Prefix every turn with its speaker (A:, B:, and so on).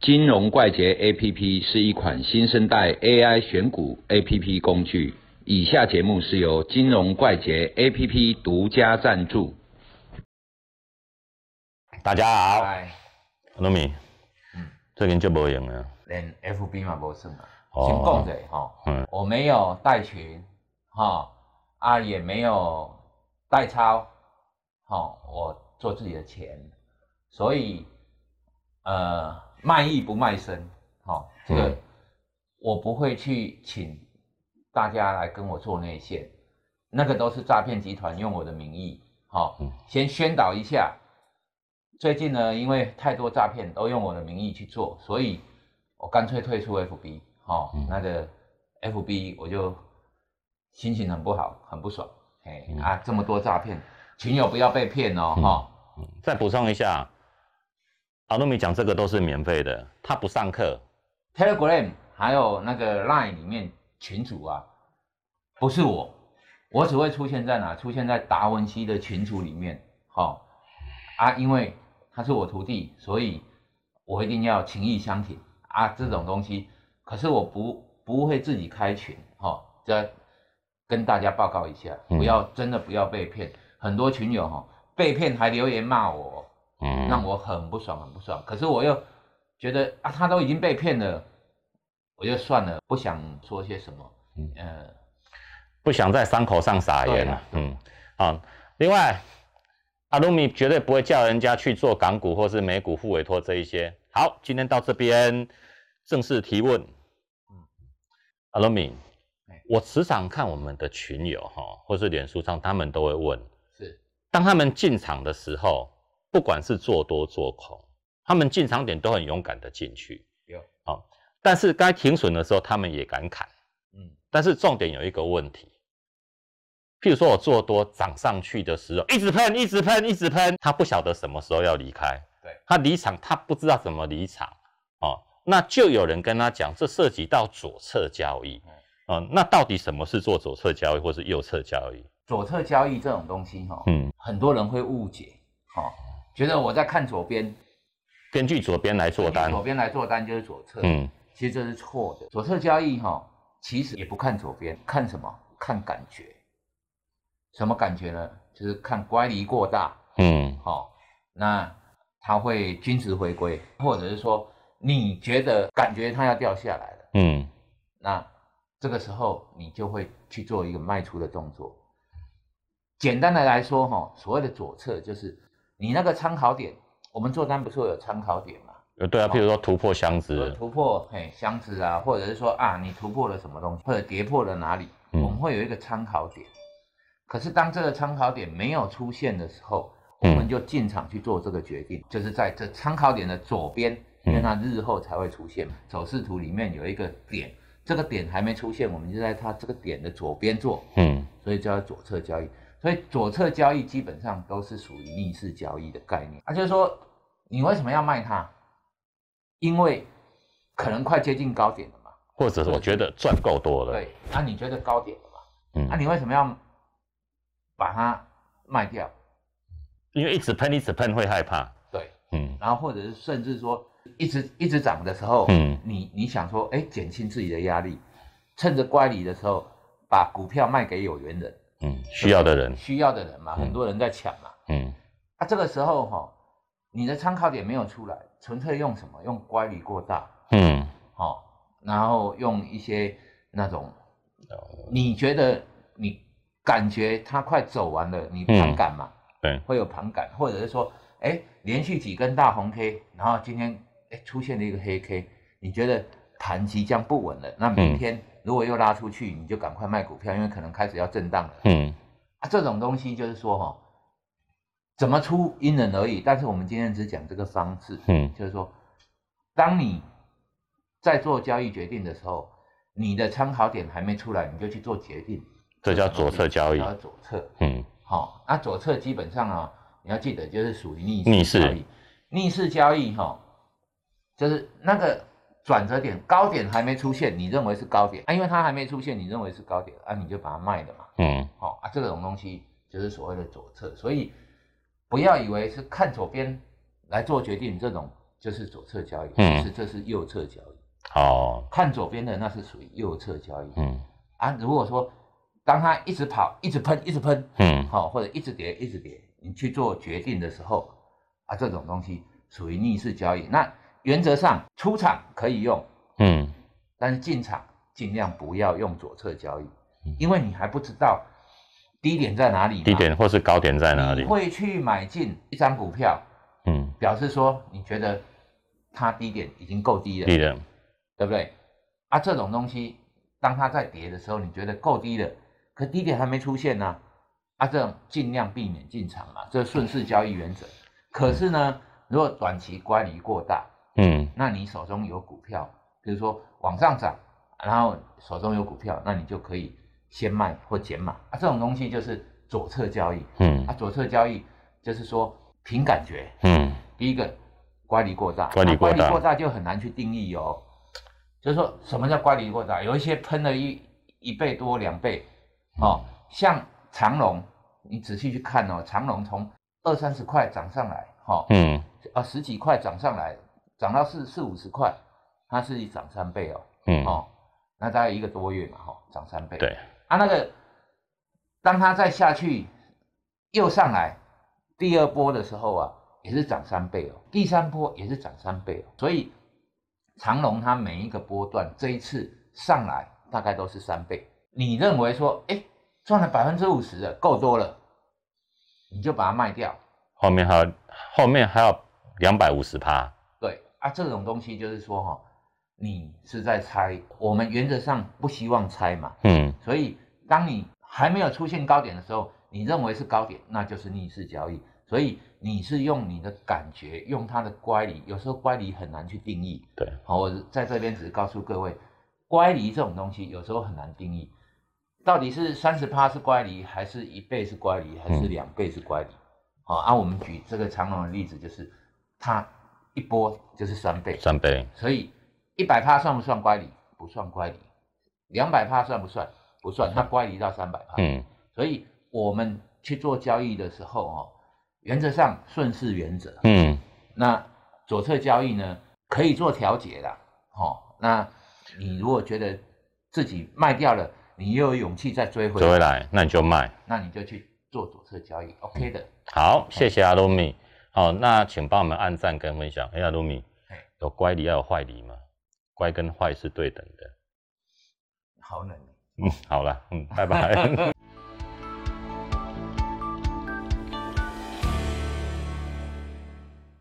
A: 金融怪杰 APP 是一款新生代 AI 选股 APP 工具。以下节目是由金融怪杰 APP 独家赞助。
B: 大家好，
C: 哎，
B: 糯米，
C: 嗯
B: 最近就无用啊，
C: 连 FB 嘛无算啊，
B: 哦
C: 先讲者吼，
B: 嗯，
C: 我没有带群，哈、啊也没有代抄，哈、我做自己的钱，所以呃卖艺不卖身，哈、这个、
B: 嗯
C: 我不会去请大家来跟我做内线，那个都是诈骗集团用我的名义，好、
B: 嗯
C: 先宣导一下。最近呢，因为太多诈骗都用我的名义去做，所以我干脆退出 FB，哦，
B: 嗯
C: 那个 FB 我就心情很不好，很不爽，哎、
B: 嗯
C: 啊，这么多诈骗，群友不要被骗哦，哈、
B: 嗯再补充一下，阿糯米讲这个都是免费的，他不上课，
C: Telegram 还有那个 Line 里面群主啊，不是我，我只会出现在哪？出现在达文西的群组里面。好、啊，因为他是我徒弟，所以我一定要情义相挺啊。这种东西，可是我不不会自己开群，哈、哦，这跟大家报告一下，
B: 嗯
C: 不要、真的不要被骗。很多群友哈、被骗还留言骂我，
B: 嗯，
C: 让我很不爽，很不爽。可是我又觉得啊，他都已经被骗了，我就算了，不想说些什么。
B: 嗯
C: 呃，
B: 不想在伤口上撒盐
C: 对
B: 了
C: 啊，
B: 嗯，好，另外，阿糯米绝对不会叫人家去做港股或是美股副委托这一些。好，今天到这边正式提问，阿糯米
C: 嗯哎，
B: 我时常看我们的群友哈，或是脸书上，他们都会问。
C: 是
B: 当他们进场的时候，不管是做多做空，他们进场点都很勇敢的进去。
C: 有
B: 好、但是该停损的时候，他们也敢砍。
C: 嗯，
B: 但是重点有一个问题，譬如说我做多涨上去的时候，一直喷，一直喷，一直喷，他不晓得什么时候要离开。
C: 对，
B: 他离场，他不知道怎么离场。哦，那就有人跟他讲，这涉及到左侧交易。
C: 嗯
B: 哦，那到底什么是做左侧交易，或是右侧交易？
C: 左侧交易这种东西哈、
B: 嗯，
C: 很多人会误解，哦，觉得我在看左边，
B: 根据左边来做单。
C: 左边来做单就是左侧，
B: 嗯。
C: 其实这是错的。左侧交易哈、其实也不看左边，看什么？看感觉。什么感觉呢？就是看乖离过大，
B: 嗯
C: 好、那它会均值回归，或者是说你觉得感觉它要掉下来了，
B: 嗯
C: 那这个时候你就会去做一个卖出的动作。简单的来说，哈，所谓的左侧就是你那个参考点，我们做单不是会有参考点嘛？，
B: 呃对啊，譬如说突破箱
C: 呃
B: 子，
C: 突破嘿箱子啊，或者是说啊，你突破了什么东西，或者跌破了哪里，
B: 嗯
C: 我们会有一个参考点。可是当这个参考点没有出现的时候，我
B: 嗯
C: 们就进场去做这个决定，就是在这参考点的左边，因
B: 嗯
C: 为它日后才会出现。走势图里面有一个点，这个点还没出现，我们就在它这个点的左边做，
B: 嗯
C: 所以叫左侧交易。所以左侧交易基本上都是属于逆势交易的概念，啊，就是说你为什么要卖它？因为可能快接近高点了嘛，
B: 或者是我觉得赚够多了，
C: 对，那、你觉得高点了嘛？那、
B: 嗯，
C: 你为什么要把它卖掉？
B: 因为一直喷一直喷会害怕，
C: 对，
B: 嗯
C: 然后或者是甚至说一直一直涨的时候，
B: 嗯
C: 你你想说，哎，减轻自己的压力，趁着乖离的时候把股票卖给有缘人，
B: 嗯，需要的人，
C: 需要的人嘛，
B: 嗯
C: 很多人在抢嘛。
B: 嗯
C: 啊，这个时候哈、你的参考点没有出来，纯粹用什么？用乖离过大，
B: 嗯，
C: 哦，然后用一些那种
B: 哦
C: 你觉得你感觉它快走完了，你盘感嘛，
B: 嗯对，
C: 会有盘感，或者是说，哎，连续几根大红 K，然后今天哎出现了一个黑 K，你觉得盘即将不稳了，那明
B: 嗯
C: 天如果又拉出去，你就赶快卖股票，因为可能开始要震荡了。
B: 嗯
C: 啊，这种东西就是说哈、哦，怎么出因人而异，但是我们今天只讲这个方式，
B: 嗯
C: 就是说，当你在做交易决定的时候，你的参考点还没出来，你就去做决定，
B: 这叫左侧交易
C: 然后左侧，
B: 嗯
C: 好、那左侧基本上啊，你要记得就是属于逆
B: 逆势
C: 势交易，逆势交易哈、就是那个转折点高点还没出现，你认为是高点啊，因为它还没出现，你认为是高点啊，你就把它卖了嘛。
B: 嗯
C: 好、啊，这种东西就是所谓的左侧，所以不要以为是看左边来做决定，这种这是左侧交易，
B: 嗯
C: 是这是右侧交易。
B: 哦，
C: 看左边的那是属于右侧交易
B: 嗯
C: 啊。如果说当它一直跑、一直喷、一直喷，
B: 嗯，
C: 好、或者一直跌、一直跌，你去做决定的时候啊，这种东西属于逆势交易。那原则上出场可以用，
B: 嗯，
C: 但是进场尽量不要用左侧交易
B: 嗯，
C: 因为你还不知道低点在哪里嘛。
B: 低点或是高点在哪里
C: 你？会去买进一张股票，
B: 嗯，
C: 表示说你觉得它低点已经够低了，
B: 低点，
C: 对不对？啊，这种东西，当它在跌的时候，你觉得够低了，可低点还没出现呢、啊，这种尽量避免进场嘛，这顺势交易原则。可是呢，如果短期乖离过大，
B: 嗯
C: 那你手中有股票，比如说往上涨，然后手中有股票，那你就可以先卖或减码啊，这种东西就是左侧交易。
B: 嗯
C: 啊，左侧交易就是说凭感觉，
B: 嗯，
C: 第一个乖离过大，啊
B: 乖离过大
C: 那乖离过大就很难去定义哦。就是说什么叫乖离过大？有一些喷了一一倍多、两倍，
B: 嗯
C: 哦，像长隆，你仔细去看哦，长隆从二三十块涨上来，哈、哦，
B: 嗯
C: 啊十几块涨上来，涨到四四五十块，它是涨三倍哦，
B: 嗯，
C: 哦，那大概一个多月嘛，哈、哦，涨三倍，
B: 对，
C: 啊，那个当它再下去又上来第二波的时候啊，也是涨三倍哦，第三波也是涨三倍哦，所以长隆它每一个波段这一次上来大概都是三倍。你认为说，哎，赚了百分之五十了，够多了，你就把它卖掉。
B: 后面还有后面还有两百五十趴，
C: 对啊，这种东西就是说哈、你是在猜，我们原则上不希望猜嘛，
B: 嗯
C: 所以，当你还没有出现高点的时候，你认为是高点，那就是逆势交易。所以你是用你的感觉，用它的乖离，有时候乖离很难去定义。
B: 对，
C: 好，我在这边只是告诉各位，乖离这种东西有时候很难定义，到底是三十趴是乖离，还是一倍是乖离，还是
B: 嗯
C: 两倍是乖离？好、啊，我们举这个长龙的例子，就是它一波就是三倍，
B: 三倍，
C: 所以一百趴算不算乖离？不算乖离。两百趴算不算？不算，它乖离到三百趴。
B: 嗯
C: 所以我们去做交易的时候哦，原则上顺势原则。
B: 嗯
C: 那左侧交易呢，可以做调节啦。哦，那你如果觉得自己卖掉了，你又有勇气再追回
B: 折回
C: 来，
B: 来，那你就卖。
C: 那你就去做左侧交易，OK 的。
B: 好，谢谢阿鲁米。好、那请帮我们按赞跟分享。哎、阿鲁米
C: 嘿，
B: 有乖离要有坏离吗？乖跟坏是对等的。
C: 好冷。
B: 嗯，好了，嗯，拜拜。